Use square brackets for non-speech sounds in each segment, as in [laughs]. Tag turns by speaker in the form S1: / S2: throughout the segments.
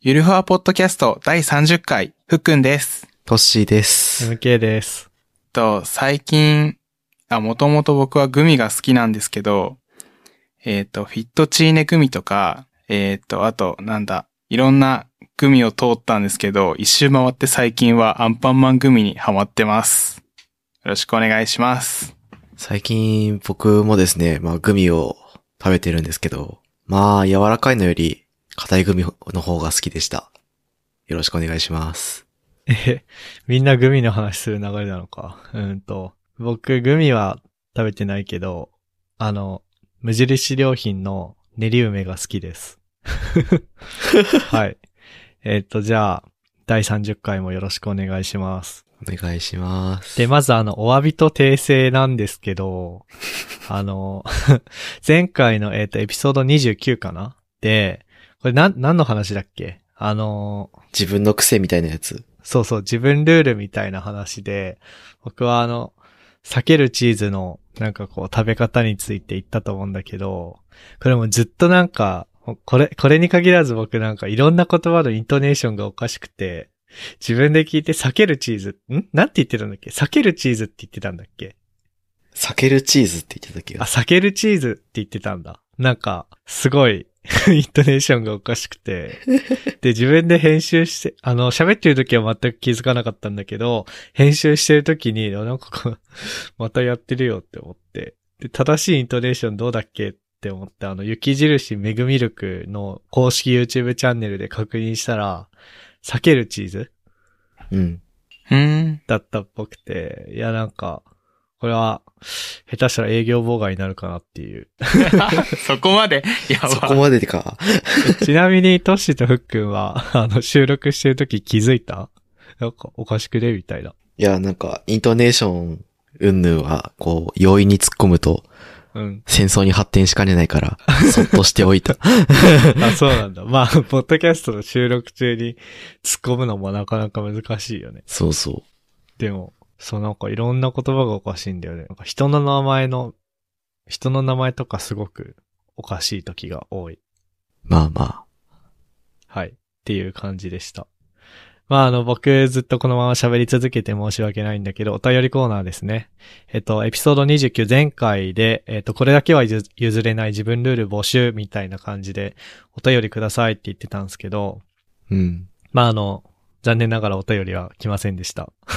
S1: ゆるふわポッドキャスト第30回、ふっくんです。
S2: トッシーです。
S3: MK です。
S1: と、最近、あ、もともと僕はグミが好きなんですけど、えっ、と、フィットチーネグミとか、えっ、と、あと、なんだ、いろんなグミを通ったんですけど、一周回って最近はアンパンマングミにハマってます。よろしくお願いします。
S2: 最近僕もですね、まあグミを食べてるんですけど、まあ柔らかいのより硬いグミの方が好きでした。よろしくお願いします。
S3: え、 [laughs] みんなグミの話する流れなのか。うんと、僕グミは食べてないけど、あの、無印良品の練り梅が好き
S2: [laughs]
S3: です。はい。えっと、じゃあ、第30回もよろしくお願いします。
S2: お願いします。
S3: で、まずあの、お詫びと訂正なんですけど、あの、 [laughs] 前回の、えっ、と、エピソード29かなで、これなん、何の話だっけあの、
S2: 自分の癖みたいなやつ。
S3: そうそう、自分ルールみたいな話で、僕はあの、避けるチーズの、なんかこう、食べ方について言ったと思うんだけど、これもずっとなんか、これ、これに限らず僕なんかいろんな言葉のイントネーションがおかしくて、自分で聞いて避けるチーズ、んなんて言ってたんだっけ避けるチーズって言ってたんだっけ
S2: 避けるチーズって言ってた気
S3: あ、
S2: がす
S3: 避けるチーズって言ってたんだ。なんか、すごい、 [laughs] イントネーションがおかしくて。で、自分で編集して、あの、喋ってる時は全く気づかなかったんだけど、編集してる時に、あなんかこう、 [laughs] またやってるよって思って。で、正しいイントネーションどうだっけって思って、あの、雪印メグミルクの公式 YouTube チャンネルで確認したら、避けるチーズ
S2: る。うん。
S1: うーん。
S3: だったっぽくて、いやなんか、これは、下手したら営業妨害になるかなっていう。
S1: [laughs] そこまで、やば。
S2: そこ
S1: [laughs]
S2: まででか。
S3: ちなみに、トッシーとフックンは、あの、収録してるとき気づいたなんか、おかしくねみたいな。
S2: いや、なんか、イントネーション、うんぬんは、こう、容易に突っ込むと、
S3: うん。
S2: 戦争に発展しかねないから、そっとしておい
S3: [laughs]
S2: た。
S3: あ、そうなんだ。まあ、ポッドキャストの収録中に突っ込むのもなかなか難しいよね。
S2: そうそう。
S3: でも、そうなんかいろんな言葉がおかしいんだよね。なんか人の名前の、人の名前とかすごくおかしい時が多い。
S2: まあまあ。
S3: はい。っていう感じでした。まあ、あの、僕ずっとこのまま喋り続けて申し訳ないんだけど、お便りコーナーですね。えっと、エピソード29前回で、えっと、これだけは譲譲れない自分ルール募集みたいな感じで、お便りくださいって言ってたんですけど、
S2: うん。
S3: まあ、あの、残念ながらお便りは来ませんでした。い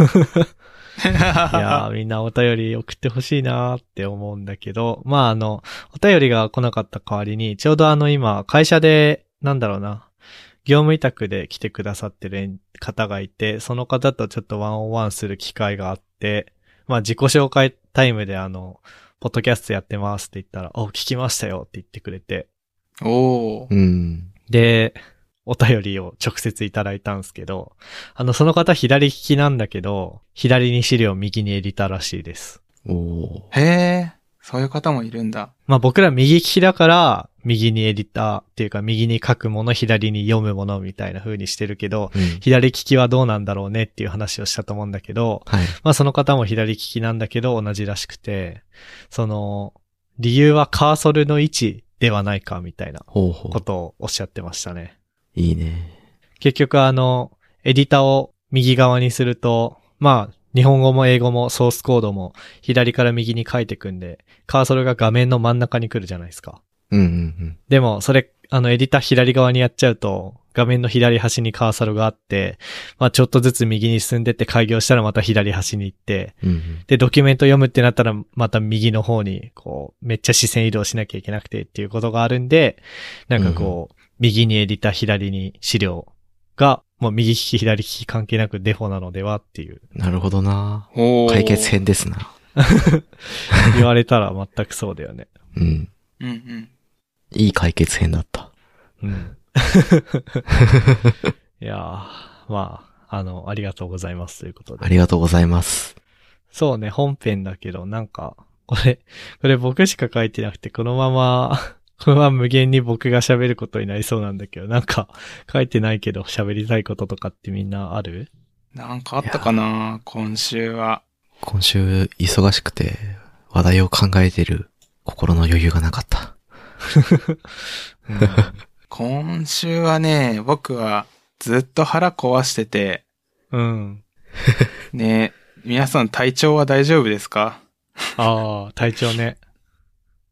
S1: [laughs]
S3: やー、みんなお便り送ってほしいなーって思うんだけど、まあ、あの、お便りが来なかった代わりに、ちょうどあの今、会社で、なんだろうな、業務委託で来てくださってる方がいて、その方とちょっとワンオンワンする機会があって、まあ、自己紹介タイムであの、ポッドキャストやってますって言ったら、お、聞きましたよって言ってくれて、
S1: おー。
S2: うん。
S3: で、お便りを直接いただいたんですけど、あの、その方左利きなんだけど、左に資料右にエディターらしいです。
S2: おお。
S1: へえ、そういう方もいるんだ。
S3: まあ僕ら右利きだから、右にエディターっていうか右に書くもの、左に読むものみたいな風にしてるけど、
S2: うん
S3: 左利きはどうなんだろうねっていう話をしたと思うんだけど、
S2: はい。
S3: まあその方も左利きなんだけど同じらしくて、その、理由はカーソルの位置ではないかみたいな
S2: ほうほ
S3: こ
S2: う。
S3: とをおっしゃってましたね。
S2: いいね。
S3: 結局あの、エディターを右側にすると、まあ、日本語も英語もソースコードも左から右に書いてくんで、カーソルが画面の真ん中に来るじゃないですか。
S2: うんうん
S3: でも、それ、あの、エディター左側にやっちゃうと、画面の左端にカーソルがあって、まあ、ちょっとずつ右に進んでって開業したらまた左端に行って、
S2: うん。うんうん。
S3: で、ドキュメント読むってなったら、また右の方に、こう、めっちゃ視線移動しなきゃいけなくてっていうことがあるんで、なんかこう、右にエディター、左に資料が、もう右利き、左利き関係なくデフォなのではっていう、
S2: なるほどな。
S1: おー。
S2: 解決。編ですな。
S3: 言われたら全くそうだよね。
S2: うん。
S1: うんうん。
S2: いい解決編だった。
S3: [laughs] うん。いやー、まあ、あの、ありがとうございますということ
S2: あ
S3: で。
S2: りがとうございます。
S3: そうね、本編だけど、なんか、これ、これ僕しか書いてなくて、このまま、 [laughs] このまま無限に僕が喋ることになりそうなんだけど、なんか、書いてないけど喋りたいこととかってみんなある
S1: なんかあったかな今週は。
S2: 今週忙しくて話題を考えてる心の余裕がなか [laughs] った。
S3: うん
S1: 今週はね、僕はずっと腹壊してて、
S3: うん。
S1: ね皆さん体調は大丈夫ですか
S3: ああ、体調ね。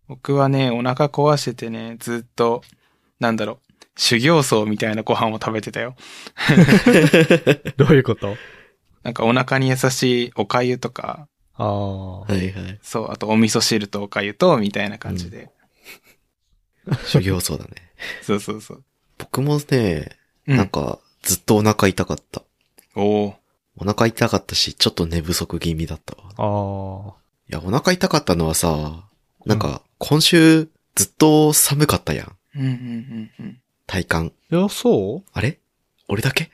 S1: 僕はね、お腹壊しててね、ずっと、なんだろう、修行僧みたいなご飯を食べてたよ。
S3: どういうこと
S1: なんかお腹に優しいお粥とか、
S3: ああ。
S2: はいはい。
S1: そう、あとお味噌汁とお粥と、みたいな感じで。
S2: 修行僧だね。
S1: そうそうそう。
S2: 僕もね、
S1: う
S2: なんか、ずっとお腹痛かった。
S1: おー
S2: お腹痛かったし、ちょっと寝不足気味だったわ。い
S3: あ
S2: や、
S3: あ。
S2: お腹痛かったのはさ、なんか、今週、ずっと寒かったやん。
S1: うんうんうんうん。
S2: 体感。
S3: いや、そ
S2: あれ俺だけ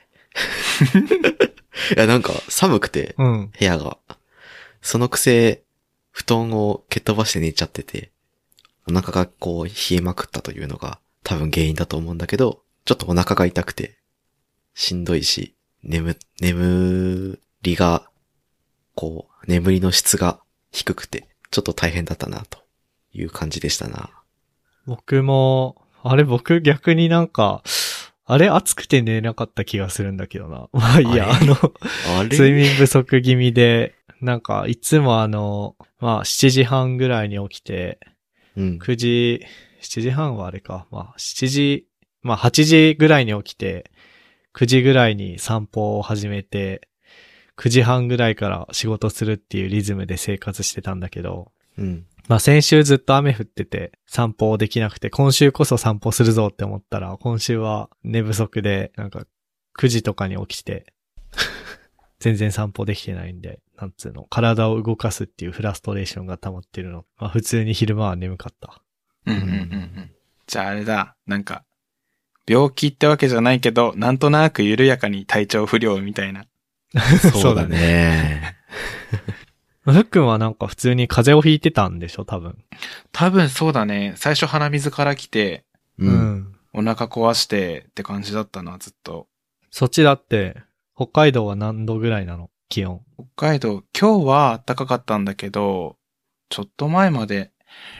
S2: [laughs] いや、なんか、寒くて、
S3: ううん。
S2: 部屋が。そのくせ、布団を蹴っ飛ばして寝ちゃってて、お腹がこう冷えまくったというのが多分原因だと思うんだけど、ちょっとお腹が痛くて、しんどいし、眠、眠りが、こう、眠りの質が低くて、ちょっと大変だったな、という感じでしたな。
S3: 僕も、あれ僕逆になんか、あれ暑くて寝れなかった気がするんだけどな。まあいいや、
S2: あ
S3: あ
S2: れ
S3: の、
S2: あ
S3: [laughs] 睡
S2: れ
S3: 眠不足気味で、なんかいつもあの、まあ7時半ぐらいに起きて、
S2: うん。
S3: 9時、7時半はあれか。まあ、7時、まあ、8時ぐらいに起きて、9時ぐらいに散歩を始めて、9時半ぐらいから仕事するっていうリズムで生活してたんだけど、
S2: うん。
S3: まあ、先週ずっと雨降ってて散歩できなくて、今週こそ散歩するぞって思ったら、今週は寝不足で、なんか9時とかに起きて、 [laughs] 全然散歩できてないんで、なんつうの、体を動かすっていうフラストレーションが溜まってるの。まあ、普通に昼間は眠かった。
S1: うんうんうんうん。じゃああれだ、なんか、病気ってわけじゃないけど、なんとなく緩やかに体調不良みたいな。
S2: [laughs] そうだ。ね。
S3: ふっくんはなんか普通に風邪をひいてたんでしょ多分。
S1: 多分そうだね。最初鼻水から来て、
S2: うん。
S3: ん。
S1: お腹壊してって感じだったな、ずっと。
S3: そっちだって、北海道は何度ぐらいなの気温。
S1: 北海道、今日は暖かかったんだけど、ちょっと前まで、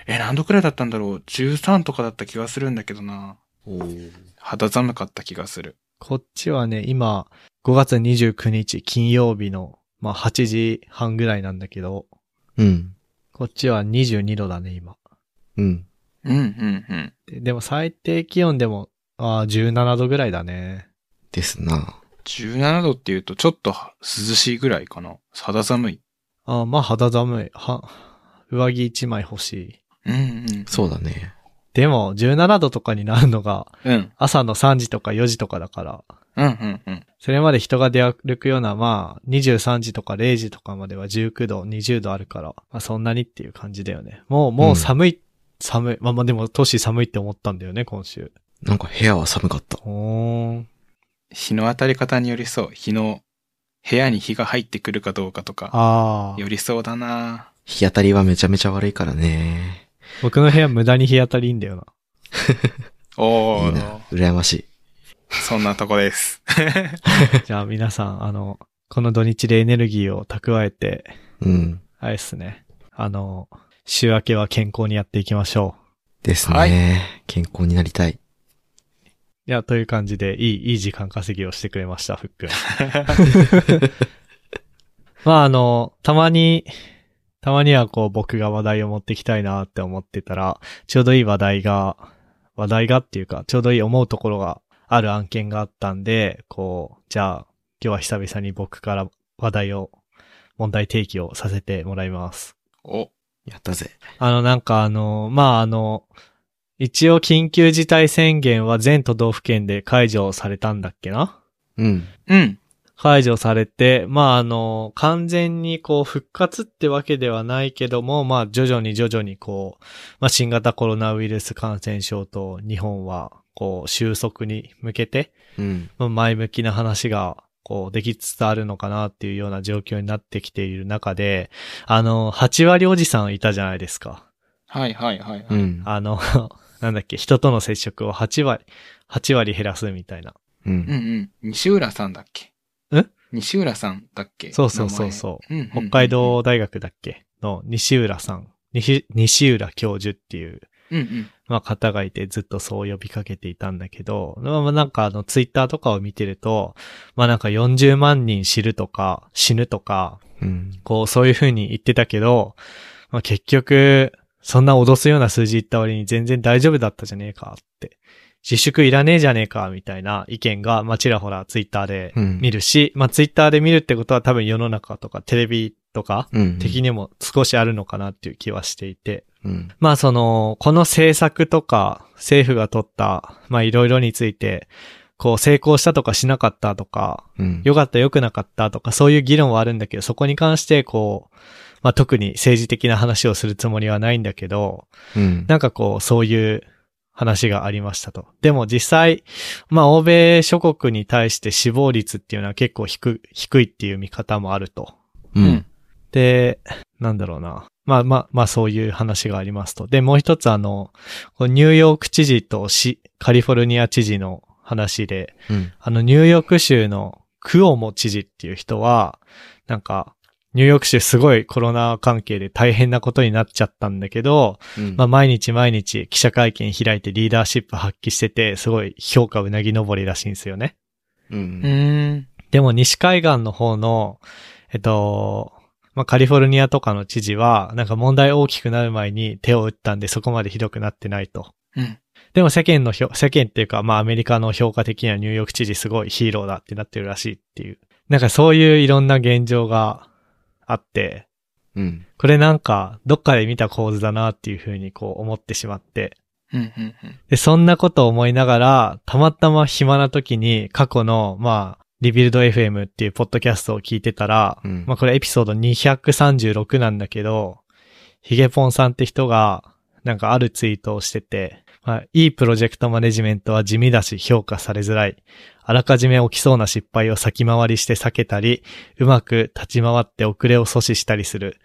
S1: え、何度くらいだったんだろう ?13 とかだった気がするんだけどな。
S2: おー
S1: 肌寒かった気がする。
S3: こっちはね、今、5月29日金曜日の、まあ8時半ぐらいなんだけど、
S2: うん。
S3: こっちは22度だね、今。
S2: うん。
S1: うん、うん、うん。
S3: ででも最低気温でも、ああ、17度ぐらいだね。
S2: ですな。
S1: 17度って言うとちょっと涼しいぐらいかな。肌寒い。
S3: ああ、まあ肌寒い。は、上着1枚欲しい。
S1: うん、うん。
S2: そうだね。
S3: でも、17度とかになるのが、
S1: うん、
S3: 朝の3時とか4時とかだから、
S1: うん、うん、うん。
S3: それまで人が出歩くような、まあ、23時とか0時とかまでは19度、20度あるから、まあそんなにっていう感じだよね。もう、もう寒い、寒い。まあまあでも、都市寒いって思ったんだよね、今週。
S2: なんか部屋は寒かった。
S3: ほーん。
S1: 日の当たり方によりそう。日の、部屋に日が入ってくるかどうかとか、
S3: ああ
S1: よ。りそうだな
S2: 日当たりはめちゃめちゃ悪いからね。
S3: 僕の部屋無駄に日当たりいいんだよな。 [laughs]
S1: お
S2: いい
S1: ー、
S2: な。羨ましい。
S1: そんなとこ
S3: [laughs]
S1: です。
S3: じゃあ皆さん、あの、この土日でエネルギーを蓄えて、
S2: うん。
S3: あれっすね。あの、週明けは健康にやっていきましょう。
S2: ですね。
S1: はい
S2: 健康になりたい。
S3: いや、という感じで、いい、いい時間稼ぎをしてくれました、ふっくん。まあ、あの、たまに、たまにはこう僕が話題を持ってきたいなって思ってたら、ちょうどいい話題が、話題がっていうか、ちょうどいい思うところがある案件があったんで、こう、じゃあ、今日は久々に僕から話題を、問題提起をさせてもらいます。
S1: お、
S2: やったぜ。
S3: あの、なんかあの、まあ、あの、一応緊急事態宣言は全都道府県で解除されたんだっけな
S2: うん。
S1: うん、
S3: 解除されて、まあ、あの、完全にこう復活ってわけではないけども、まあ、徐々に徐々にこう、まあ、新型コロナウイルス感染症と日本は、こう、収束に向けて、
S2: うん。
S3: まあ前向きな話が、こう、できつつあるのかなっていうような状況になってきている中で、あの、8割おじさんいたじゃないですか。
S1: はいはいはいはい。
S2: うん。
S3: あの、 [laughs] なんだっけ、人との接触を8割、8割減らすみたいな。
S2: う
S1: うん
S2: ん。
S1: うん。西浦さんだっけ
S3: え
S1: 西浦さんだっけ。
S3: そうそうそうそう
S1: 名前うんうんうん
S3: 北海道大学だっけの西浦さん、西西浦教授っていう
S1: うんうん。
S3: まあ、方がいてずっとそう呼びかけていたんだけど、まあまあ、なんかあの、ツイッターとかを見てると、まあなんか40万人知るとか、死ぬとか、
S2: うん。
S3: こう、そういう風に言ってたけど、まあ結局、そんな脅すような数字言った割に全然大丈夫だったじゃねえかって。自粛いらねえじゃねえか、みたいな意見が、まあちらほらツイッターで
S2: うん。
S3: 見
S2: る。
S3: るし、まあツイッターで見るってことは多分世の中とかテレビとか
S2: うん。
S3: 的にも少しあるのかなっていう気はしていて。
S2: うん。
S3: まあその、この政策とか政府が取った、まあいろいろについて、こう成功したとかしなかったとか、
S2: うん。
S3: 良かった良くなかったとかそういう議論はあるんだけど、そこに関してこう、まあ特に政治的な話をするつもりはないんだけど、
S2: うん。
S3: なんかこう、そういう話がありましたと。でも実際、まあ欧米諸国に対して死亡率っていうのは結構低低いっていう見方もあると。
S2: う
S1: うん
S2: ん。
S3: で、なんだろうな。まあまあ、まあそういう話がありますと。で、もう一つあの、こうニューヨーク知事としカリフォルニア知事の話で、
S2: うん。
S3: あのニューヨーク州のクオモ知事っていう人は、なんか、ニューヨーク州すごいコロナ関係で大変なことになっちゃったんだけど、
S2: うん
S3: まあ、毎日毎日記者会見開いてリーダーシップ発揮してて、すごい評価うなぎ登りらしいんですよね。
S2: う。
S1: うんーん。
S3: でも西海岸の方の、えっと、まあ、カリフォルニアとかの知事は、なんか問題大きくなる前に手を打ったんでそこまでひどくなってないと。
S1: うん。
S3: でも世間の評、世間っていうか、まあアメリカの評価的にはニューヨーク知事すごいヒーローだってなってるらしいっていう。なんかそういういろんな現状があって、
S2: うん。
S3: これなんかどっかで見た構図だなっていうふうにこう思ってしまって、
S1: うんうんうん。
S3: で、そんなことを思いながら、たまたま暇な時に過去の、まあ、リビルド FM っていうポッドキャストを聞いてたら、
S2: うん
S3: まあこれエピソード236なんだけど、ヒゲポンさんって人が、なんかあるツイートをしてて、まあ、いいプロジェクトマネジメントは地味だし評価されづらい。あらかじめ起きそうな失敗を先回りして避けたり、うまく立ち回って遅れを阻止したりする。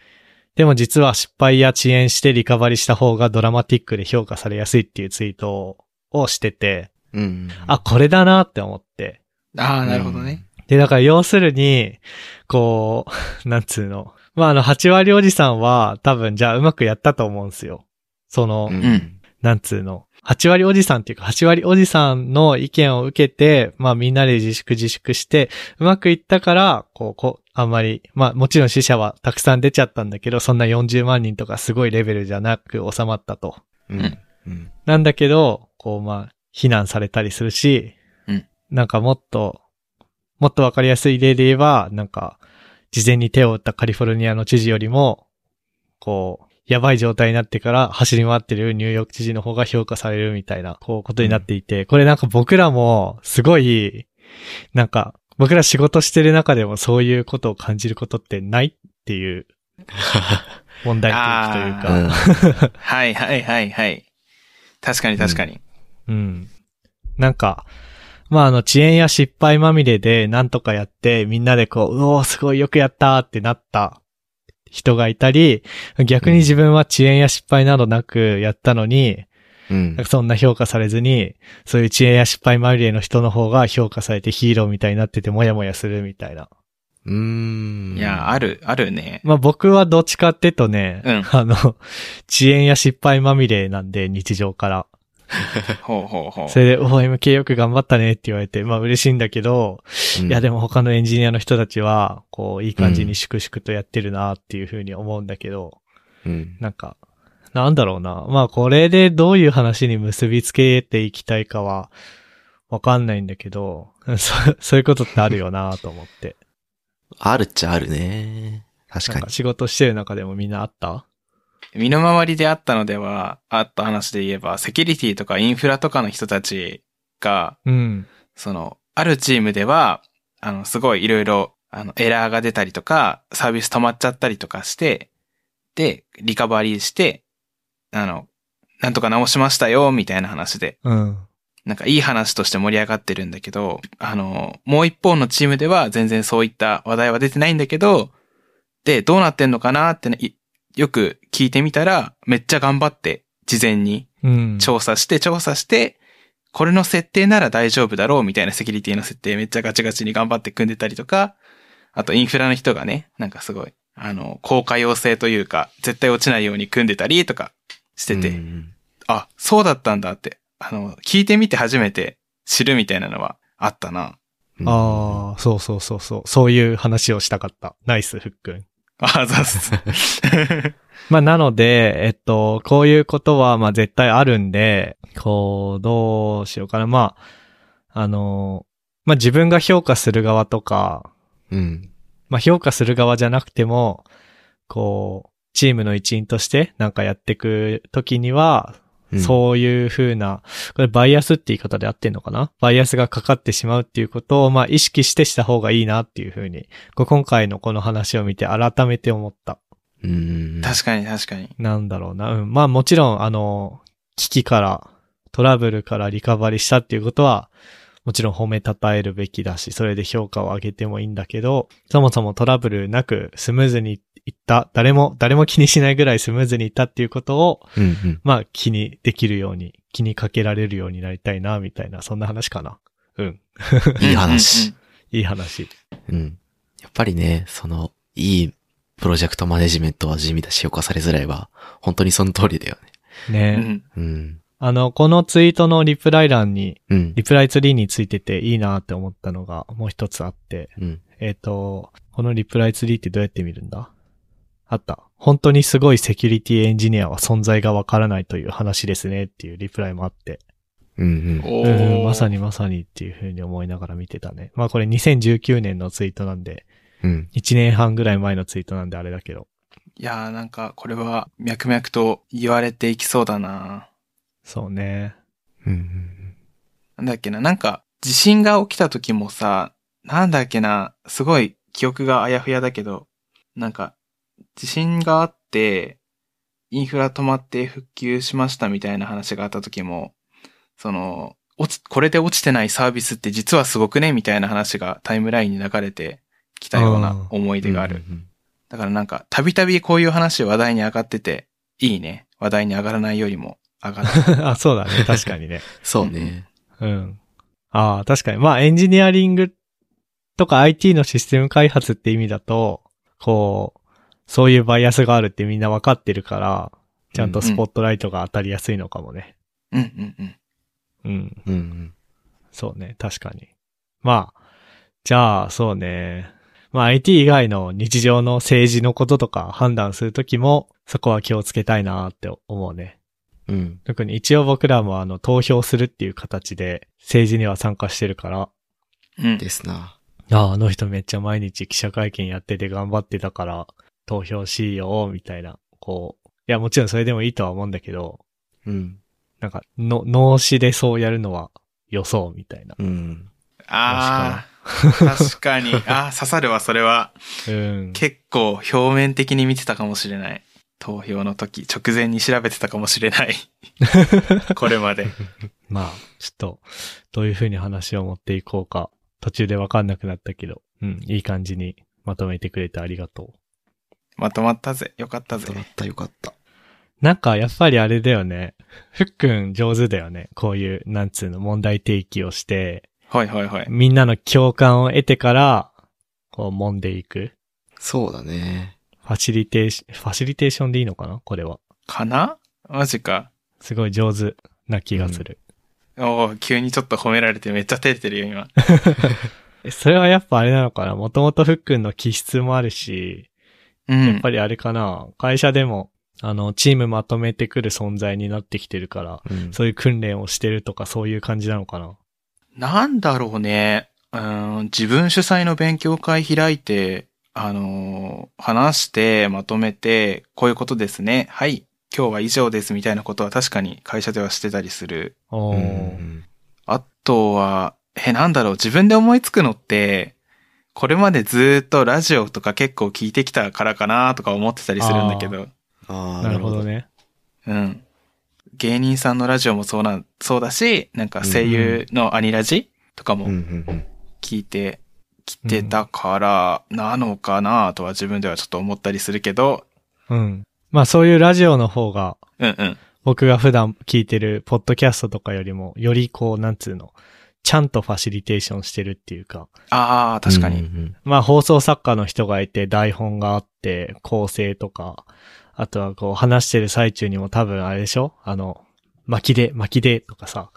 S3: でも実は失敗や遅延してリカバリした方がドラマティックで評価されやすいっていうツイートををしてて、
S2: うん。
S3: あ、、これだなって思って。
S1: ああ、なるほどね。。
S3: で、だから要するに、こう、 [laughs] なんつうの。まあ、あの、8割おじさんは多分じゃあうまくやったと思うんですよ。その、
S2: うん。
S3: なんつうの。8割おじさんっていうか、8割おじさんの意見を受けて、まあみんなで自粛自粛して、うまくいったから、こう、こう、あんまり、まあもちろん死者はたくさん出ちゃったんだけど、そんな40万人とかすごいレベルじゃなく収まったと。
S2: うん。うん。
S3: なんだけど、こう、まあ、非難されたりするし、
S1: うん
S3: なんかもっと、もっとわかりやすい例で言えば、なんか、事前に手を打ったカリフォルニアの知事よりも、こう、やばい状態になってから走り回ってるニューヨーク知事の方が評価されるみたいな、こう、ことになっていて、これなんか僕らも、すごい、なんか、僕ら仕事してる中でもそういうことを感じることってないっていう問題提起とい
S1: あ
S3: う
S1: ー
S3: か、
S1: はいはいはいはい。確かに確かに。
S3: うん。なんか、まあ、あの、遅延や失敗まみれでなんとかやって、みんなでこう、うおーすごいよくやったーってなった人がいたり、逆に自分は遅延や失敗などなくやったのに、
S2: うん
S3: なんか。そんな評価されずに、そういう遅延や失敗まみれの人の方が評価されてヒーローみたいになっててもやもやするみたいな。
S2: うん。
S1: いや、ある、あるね。
S3: まあ、僕はどっちかってとね、
S1: うん
S3: あの、遅延や失敗まみれなんで、日常から。
S1: ほうほうほう。
S3: それで、お MK よく頑張ったねって言われて、まあ嬉しいんだけど、
S2: うん
S3: いやでも他のエンジニアの人たちは、こう、いい感じに粛々とやってるなっていうふうに思うんだけど、
S2: うん。
S3: なんか、なんだろうな。まあこれでどういう話に結びつけていきたいかは、わかんないんだけど、 [laughs] そそういうことってあるよなと思って。
S2: あるっちゃあるね。確
S3: なん
S2: か
S3: か仕事してる中でもみんなあった
S1: 身の回りであったのでは、あった話で言えば、セキュリティとかインフラとかの人たちが、
S3: うん。
S1: その、あるチームでは、あの、すごいいろいろ、あの、エラーが出たりとか、サービス止まっちゃったりとかして、で、リカバリーして、あの、なんとか直しましたよ、みたいな話で、
S3: うん。
S1: なんかいい話として盛り上がってるんだけど、あの、もう一方のチームでは全然そういった話題は出てないんだけど、で、どうなってんのかなってね、いよく聞いてみたら、めっちゃ頑張って、事前に
S3: うん。
S1: 調査して調査して、これの設定なら大丈夫だろうみたいなセキュリティの設定めっちゃガチガチに頑張って組んでたりとか、あとインフラの人がね、なんかすごい、あの、高可用性というか、絶対落ちないように組んでたりとかして
S2: に。
S1: て、
S2: うん
S1: あ、そうだったんだって、あの、聞いてみて初めて知るみたいなのはあったな。
S2: うん
S3: ああ、そうそうそうそう。そういう話をしたかった。ナイス、ふっくん。
S1: あ、ざっす。
S3: まあ、なので、えっと、こういうことは、まあ、絶対あるんで、こう、どうしようかな。まあ、あの、まあ、自分が評価する側とか、
S2: うん。
S3: まあ、評価する側じゃなくても、こう、チームの一員としてなんかやっていくときには、
S2: うん
S3: そういうふうな、これバイアスって言い方で合ってんのかなバイアスがかかってしまうっていうことを、まあ、意識してした方がいいなっていうふうに、こう今回のこの話を見て改めて思った。
S2: うん。うん。
S1: 確かに確かに。
S3: なんだろうな。うん。まあもちろん、あの、危機から、トラブルからリカバリしたっていうことは、もちろん褒めたたえるべきだし、それで評価を上げてもいいんだけど、そもそもトラブルなくスムーズにいった、誰も、誰も気にしないぐらいスムーズにいったっていうことを、
S2: うんうん。
S3: まあ気にできるように、気にかけられるようになりたいな、みたいな、そんな話かな。うん。
S2: いい話。
S3: いい話。
S2: うん。やっぱりね、その、いいプロジェクトマネジメントは地味だし、評価されづらいは、本当にその通りだよね。
S1: う
S3: ね、
S1: んうんうん
S2: うん。
S3: あの、このツイートのリプライ欄に、
S2: うん。
S3: リプライツリーについてていいなって思ったのがもう一つあって、
S2: うん。
S3: えっ、と、このリプライツリーってどうやって見るんだあった。本当にすごいセキュリティエンジニアは存在がわからないという話ですねっていうリプライもあって、
S2: うんうん。
S1: お
S3: うん
S1: ー
S3: まさにまさにっていうふうに思いながら見てたね。まあこれ2019年のツイートなんで、
S2: うん。
S3: 1年半ぐらい前のツイートなんであれだけど、
S1: いやーなんか、これは脈々と言われていきそうだな
S3: そうね。 [laughs]
S2: うん。
S1: なんだっけな、なんか、地震が起きた時もさ、なんだっけな、すごい記憶があやふやだけど、なんか、地震があって、インフラ止まって復旧しましたみたいな話があった時も、その、落ち、これで落ちてないサービスって実はすごくねみたいな話がタイムラインに流れてきたような思い出がある。だからなんか、たびたびこういう話話題に上がってて、いいね。話題に上がらないよりも上 [laughs] がる。
S3: あ、そうだね。確かにね。
S2: そうね。
S3: うん。ああ、確かに。まあ、エンジニアリングとか IT のシステム開発って意味だと、こう、そういうバイアスがあるってみんなわかってるから、ちゃんとスポットライトが当たりやすいのかもね。
S1: うんうんうん。
S3: うん。
S2: うんうん。
S3: そうね。確かに。まあ、じゃあ、そうね。まあ、IT 以外の日常の政治のこととか判断するときも、そこは気をつけたいなって思うね。
S2: うん。
S3: 特に一応僕らもあの投票するっていう形で政治には参加してるから、
S1: うん
S2: ですな。
S3: ああ、あの人めっちゃ毎日記者会見やってて頑張ってたから投票しようみたいな、こう。いや、もちろんそれでもいいとは思うんだけど、
S2: うん。
S3: なんか、の、脳死でそうやるのは予想みたいな。
S2: うん。
S1: ああ、確かに。ああ、刺さるわ、それは。
S3: うん。
S1: 結構表面的に見てたかもしれない。投票の時、直前に調べてたかもしれない。 [laughs] これまで。
S3: まあ、ちょっと、どういう風に話を持っていこうか、途中でわかんなくなったけど、うん、いい感じにまとめてくれてありがとう。
S1: まとまったぜ。よかったぜ
S2: よ。かったよかった。
S3: なんか、やっぱりあれだよね。ふっくん上手だよね。こういう、なんつうの、問題提起をして、
S1: はいはいはい。
S3: みんなの共感を得てから、こう、揉んでいく。
S2: そうだね。
S3: ファシリテーション、ファシリテーションでいいのかなこれは。
S1: かなマジか。
S3: すごい上手な気がする。
S1: おお急にちょっと褒められてめっちゃ照れてるよ、今。
S3: えそれはやっぱあれなのかなもともとふっくんの気質もあるし、
S1: うん。
S3: やっぱりあれかな会社でも、あの、チームまとめてくる存在になってきてるから、
S2: うん。
S3: そういう訓練をしてるとかそういう感じなのかな
S1: なんだろうね。うん、自分主催の勉強会開いて、あのー話して、まとめて、こういうことですね。はい。今日は以上ですみたいなことは確かに会社ではしてたりする。
S3: お
S2: う
S3: ー。
S2: ん
S1: あとは、え、なんだろう。自分で思いつくのって、これまでずーっとラジオとか結構聞いてきたからかなとか思ってたりするんだけど。
S2: ああ、
S3: なるほど。ね。
S1: うん。芸人さんのラジオもそうな、そうだし、なんか声優のアニラジとかも
S2: うんうんうん。
S1: 聞いてきてたからなのかなとは自分ではちょっと思ったりするけど、
S3: うん。まあそういうラジオの方が、
S1: うんうん。
S3: 僕が普段聞いてるポッドキャストとかよりも、よりこう、なんつうの、ちゃんとファシリテーションしてるっていうか、
S1: ああ、確か
S2: うん
S1: に。
S2: うん
S3: まあ放送作家の人がいて、台本があって、構成とか、あとはこう話してる最中にも多分あれでしょあの、巻きで、巻きでとかさ、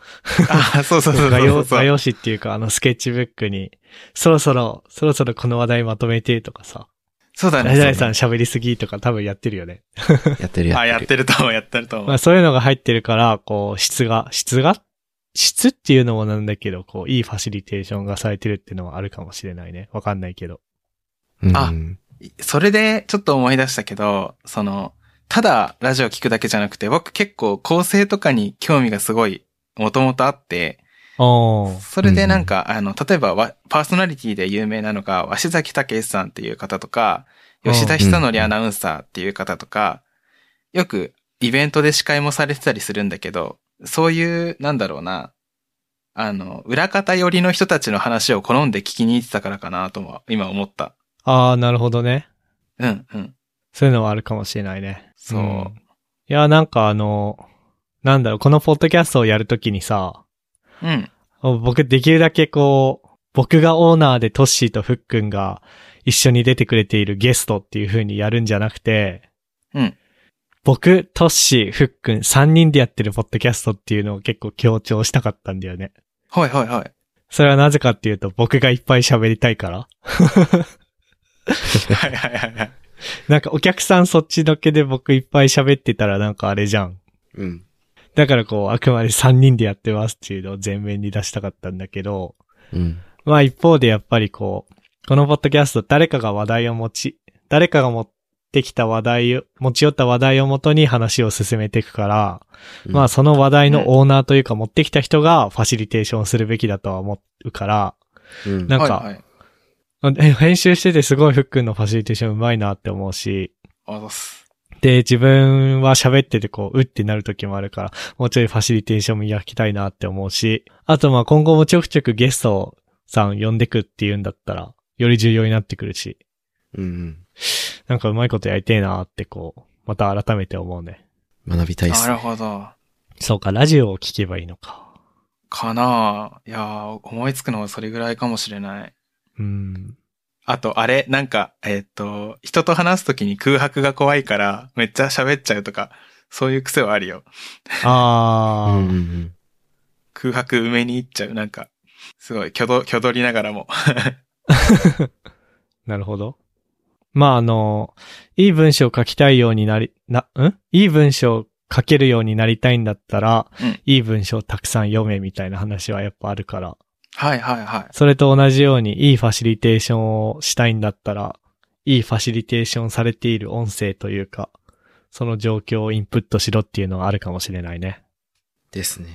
S1: あ、そうそうそう
S2: [laughs]
S3: 画
S1: そ
S3: 用
S1: うそ
S3: 画
S1: う。
S3: 用紙っていうか、あのスケッチブックに、そろそろ、そろそろこの話題まとめてとかさ、
S1: そうだ
S3: 誰
S1: ね。
S3: 々さん喋りすぎとか多分やってるよね。
S2: やってるやってる。
S1: あ、やってると思う、やってると
S3: ま
S1: 思う
S3: あ。そういうのが入ってるから、こう、質が、質が、質っていうのもなんだけど、こう、いいファシリテーションがされてるっていうのはあるかもしれないね。わかんないけど。
S2: うん
S1: あそれでちょっと思い出したけど、その、ただラジオ聞くだけじゃなくて、僕結構構成とかに興味がすごい、もともとあって、
S3: おー。
S1: それでなんか、あの、例えばわパーソナリティで有名なのが、鷲崎武さんっていう方とか、
S3: うん
S1: 吉田久則アナウンサーっていう方とか、よくイベントで司会もされてたりするんだけど、そういう、なんだろうな、あの、裏方寄りの人たちの話を好んで聞きに行ってたからかなとも、今思った。
S3: あー、なるほどね。
S1: うん、うん。
S3: そういうのはあるかもしれないね。
S1: そう。
S3: んいや、なんかあの、なんだろう、このポッドキャストをやるときにさ、
S1: うん。
S3: 僕できるだけこう、僕がオーナーでトッシーとフックンが一緒に出てくれているゲストっていう風にやるんじゃなくて、
S1: うん。
S3: 僕、トッシー、フックン3人でやってるポッドキャストっていうのを結構強調したかったんだよね。
S1: はいはいはい。
S3: それはなぜかっていうと僕がいっぱい喋りたいから。
S1: はいはいはいはい。
S3: なんかお客さんそっちのけで僕いっぱい喋ってたらなんかあれじゃん。
S2: うん。
S3: だからこう、あくまで3人でやってますっていうのを前面に出したかったんだけど、
S2: うん。
S3: まあ一方でやっぱりこう、このポッドキャスト誰かが話題を持ち、誰かが持ってきた話題を、持ち寄った話題をもとに話を進めていくから、まあその話題のオーナーというか持ってきた人がファシリテーションするべきだとは思うから、
S2: うん、
S3: なんか
S1: はいはい、
S3: え編集しててすごいフックンのファシリテーションうまいなって思うし、
S1: あざっす。
S3: で、自分は喋っててこう、うってなる時もあるから、もうちょいファシリテーション磨きたいなって思うし、あとまあ今後もちょくちょくゲストさん呼んでくっていうんだったら、より重要になってくるし、
S2: うん。
S3: なんかうまいことやりてえなってこう、また改めて思うね。
S2: 学びたいっ
S1: な
S2: す。
S1: るほど。
S3: そうか、ラジオを聞けばいいのか。
S1: かなぁ。いやー思いつくのはそれぐらいかもしれない。
S3: うん。
S1: あと、あれ、なんか、えーっと、人と話すときに空白が怖いから、めっちゃ喋っちゃうとか、そういう癖はあるよ。
S3: あ
S2: う
S3: ー、
S2: んうん
S1: 空白埋めに行っちゃう。なんか、すごい、挙動、挙動りながらも。
S3: なるほど。まああの、いい文章を書きたいようになり、な、んいい文章を書けるようになりたいんだったら、
S1: うん
S3: いい文章をたくさん読めみたいな話はやっぱあるから、
S1: はいはいはい。
S3: それと同じようにいいファシリテーションをしたいんだったら、いいファシリテーションされている音声というか、その状況をインプットしろっていうのはあるかもしれないね。
S2: ですね。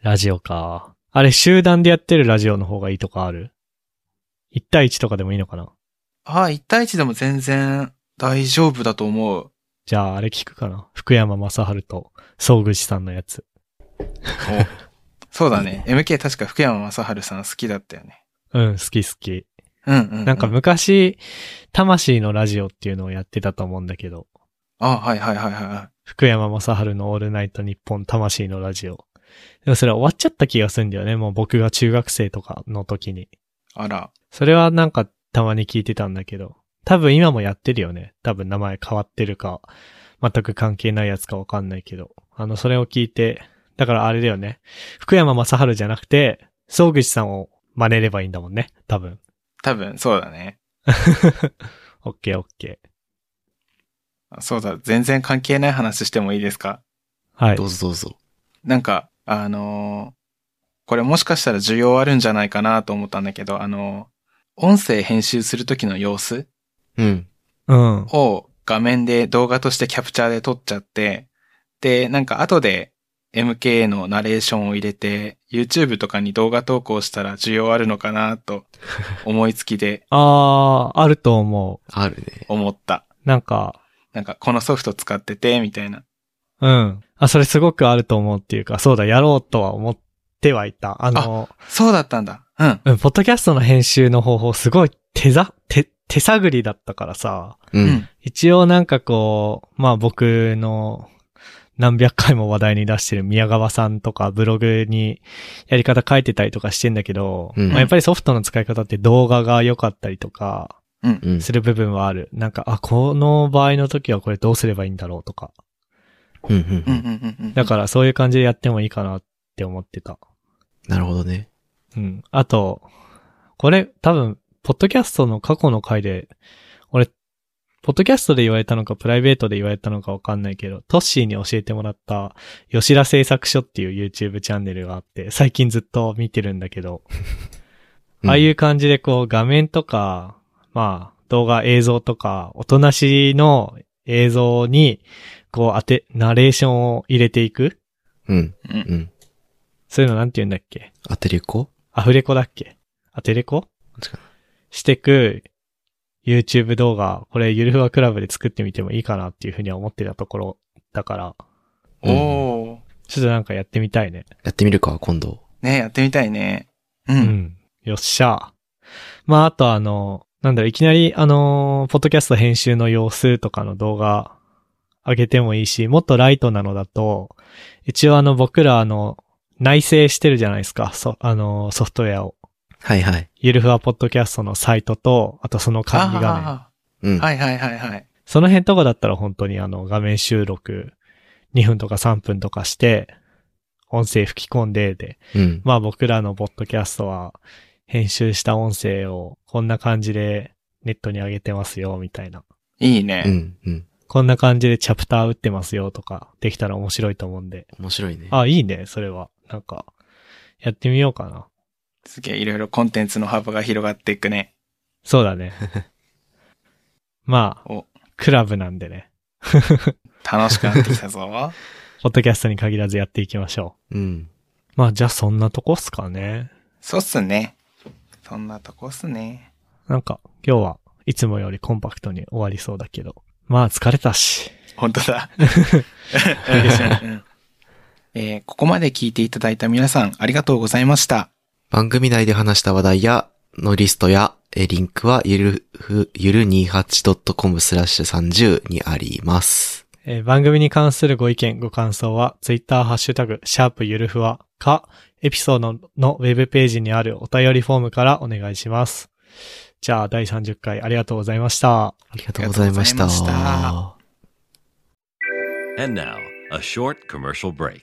S3: ラジオか。あれ、集団でやってるラジオの方がいいとかある ?1 対1とかでもいいのかな
S1: ああ、一対一でも全然大丈夫だと思 [laughs] う。
S3: じゃあ、あれ聞くかな福山雅治と、総口さんのやつ。
S1: そうだね。MK 確か福山雅治さん好きだったよね。
S3: うん、好き好き。
S1: うんうん、うん。
S3: なんか昔、魂のラジオっていうのをやってたと思うんだけど、
S1: ああ、はいはいはいは
S3: 福山雅治のオールナイト日本魂のラジオ。でもそれ終わっちゃった気がするんだよね。もう僕が中学生とかの時に。
S1: い。あら。
S3: それはなんかたまに聞いてたんだけど、多分今もやってるよね。多分名前変わってるか、全く関係ないやつかわかんないけど。あの、それを聞いて、だからあれだよね。福山雅治じゃなくて、総口さんを真似ればいいんだもんね。多分。 [laughs]
S1: 多分、そうだね。
S3: オッケーオッケー。
S1: あそうだ、全然関係ない話してもいいですか
S3: はい
S2: ど。うぞどうぞ。
S1: なんか、あのーこれもしかしたら需要あるんじゃないかなと思ったんだけど、あのー音声編集するときの様子
S2: うん。
S3: うん。
S1: を画面で動画としてキャプチャーで撮っちゃって、で、なんか後で MK のナレーションを入れて、YouTube とかに動画投稿したら需要あるのかなと思いつきで
S3: あー、あると思う。
S2: あるね。
S1: 思った。
S3: なんか、
S1: なんかこのソフト使ってて、みたいな。
S3: うん。あ、それすごくあると思うっていうか、そうだ、やろうとは思ってはいた。あの、
S1: そうだったんだ。うん。
S3: うん、ポッドキャストの編集の方法すごい手ざ、手、手探りだったからさ、
S2: う。
S1: うんん。
S3: 一応なんかこう、まあ僕の何百回も話題に出してる宮川さんとかブログにやり方書いてたりとかしてんだけど、
S2: うん
S3: まあやっぱりソフトの使い方って動画が良かったりとか
S2: うん。
S3: する部分はある。なんか、あ、この場合の時はこれどうすればいいんだろうとか。
S2: うんうん
S1: うう
S2: うん
S1: ん
S2: ん。
S1: うんうん。
S3: だからそういう感じでやってもいいかなって思ってた。
S2: なるほどね。。
S3: うん。あと、これ多分、ポッドキャストの過去の回で、俺、ポッドキャストで言われたのか、プライベートで言われたのかわかんないけど、トッシーに教えてもらった、吉田製作所っていう YouTube チャンネルがあって、最近ずっと見てるんだけど、ああいうう感じでこう画面とか、まあ動画映像とか、音なしの映像に、こう当て、ナレーションを入れていく
S2: うん。
S1: うん
S2: うん。
S3: そういうのなんて言うんだっけ
S2: 当てれっこ
S3: アフレコだっけアテレコ
S2: 確か
S3: してく YouTube 動画、これゆるふわクラブで作ってみてもいいかなっていうふうには思ってたところだから、
S1: おお
S3: ちょっとなんかやってみたいね。
S2: やってみるか、今度。
S1: ー。ねやってみたいね。う。
S3: うんん。よっしゃ。まあ、あとあの、なんだろう、いきなりあの、ポッドキャスト編集の様子とかの動画上げてもいいし、もっとライトなのだと、一応あの僕らあの、内製してるじゃないですか、そ、あの、ソフトウェアを。
S2: はいはい。
S3: ゆるふわポッドキャストのサイトと、あとその管理画面。
S1: あ
S2: うん。
S1: ーはいはいはいはい。
S3: その辺とかだったら本当にあの画面収録2分とか3分とかして、音声吹き込んでで、
S2: うん。
S3: まあ僕らのポッドキャストは編集した音声をこんな感じでネットに上げてますよみたいな。
S1: いいうね。
S2: ん。うん。
S3: こんな感じでチャプター打ってますよとかできたら面白いと思うんで。
S2: 面白いね。
S3: あ、いいね、それは。なんか、やってみようかな。
S1: すげえいろいろコンテンツの幅が広がっていくね。
S3: そうだね。まあ
S1: お、
S3: クラブなんでね。
S1: 楽しくなってきた
S2: [laughs]
S1: ぞ。
S3: ポッドキャストに限らずやっていきましょ
S2: うん。
S3: う。まあじゃあそんなとこっすかね。
S1: そうっすね。そんなとこっすね。
S3: なんか、今日はいつもよりコンパクトに終わりそうだけど。まあ、疲れたし。
S1: 本当
S2: [laughs]
S1: だ。うんえーここまで聞いていただいた皆さんありがとうございました。
S2: 番組内で話した話題や、のリストや、えリンクはゆるふ、ゆる 28.com スラッシュ30にあります。
S3: えー番組に関するご意見、ご感想は、ツイッターハッシュタグ、シャープゆるふわか、エピソードのウェブページにあるお便りフォームからお願いします。じゃあ、第30回ありがとうございました。
S2: ありがとうございま
S1: あ
S2: し
S1: りがとうございました
S2: た。
S4: And now, a short commercial break.